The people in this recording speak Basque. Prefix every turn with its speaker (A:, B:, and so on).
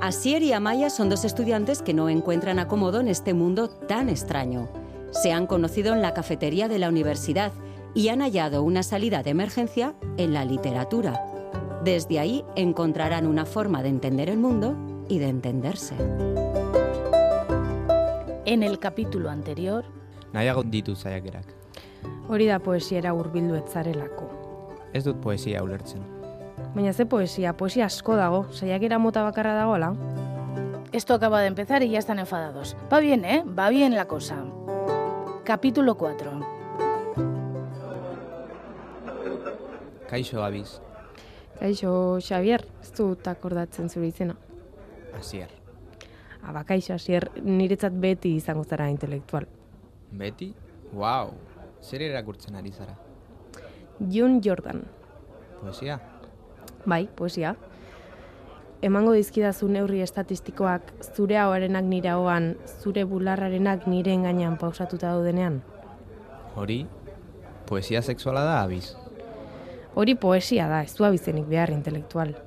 A: Asier y Amaya son dos estudiantes que no encuentran acomodo en este mundo tan extraño. Se han conocido en la cafetería de la universidad y han hallado una salida de emergencia en la literatura. Desde ahí encontrarán una forma de entender el mundo y de entenderse.
B: En el capítulo anterior,
C: Nahiago ditu saiakerak.
D: Hori da poesiera hurbildu ez zarelako.
C: Ez dut poesia ulertzen.
D: Baina ze poesia, poesia asko dago, saiakera mota bakarra dagoela.
B: esto acaba de empezar y ya están enfadados. Va bien, ¿eh? Va bien la cosa. Capítulo 4.
C: Kaixo abiz,
D: Kaixo, Xavier, ez dut akordatzen zure izena.
C: hasier.
D: Aba, Ah, ba, kaixo, Asier, niretzat beti izango zara intelektual.
C: Beti? Wow! Zer erakurtzen ari zara?
D: Jun Jordan,
C: Poesia?
D: bai, poesia. Emango dizkidazu neurri estatistikoak, zure ahoarenak nire ahoan, zure bularrarenak nire engainan pausatuta daudenean.
C: Hori? Poesia sexuala da abiz.
D: Hori poesia da, ez du abizenik behar intelektual.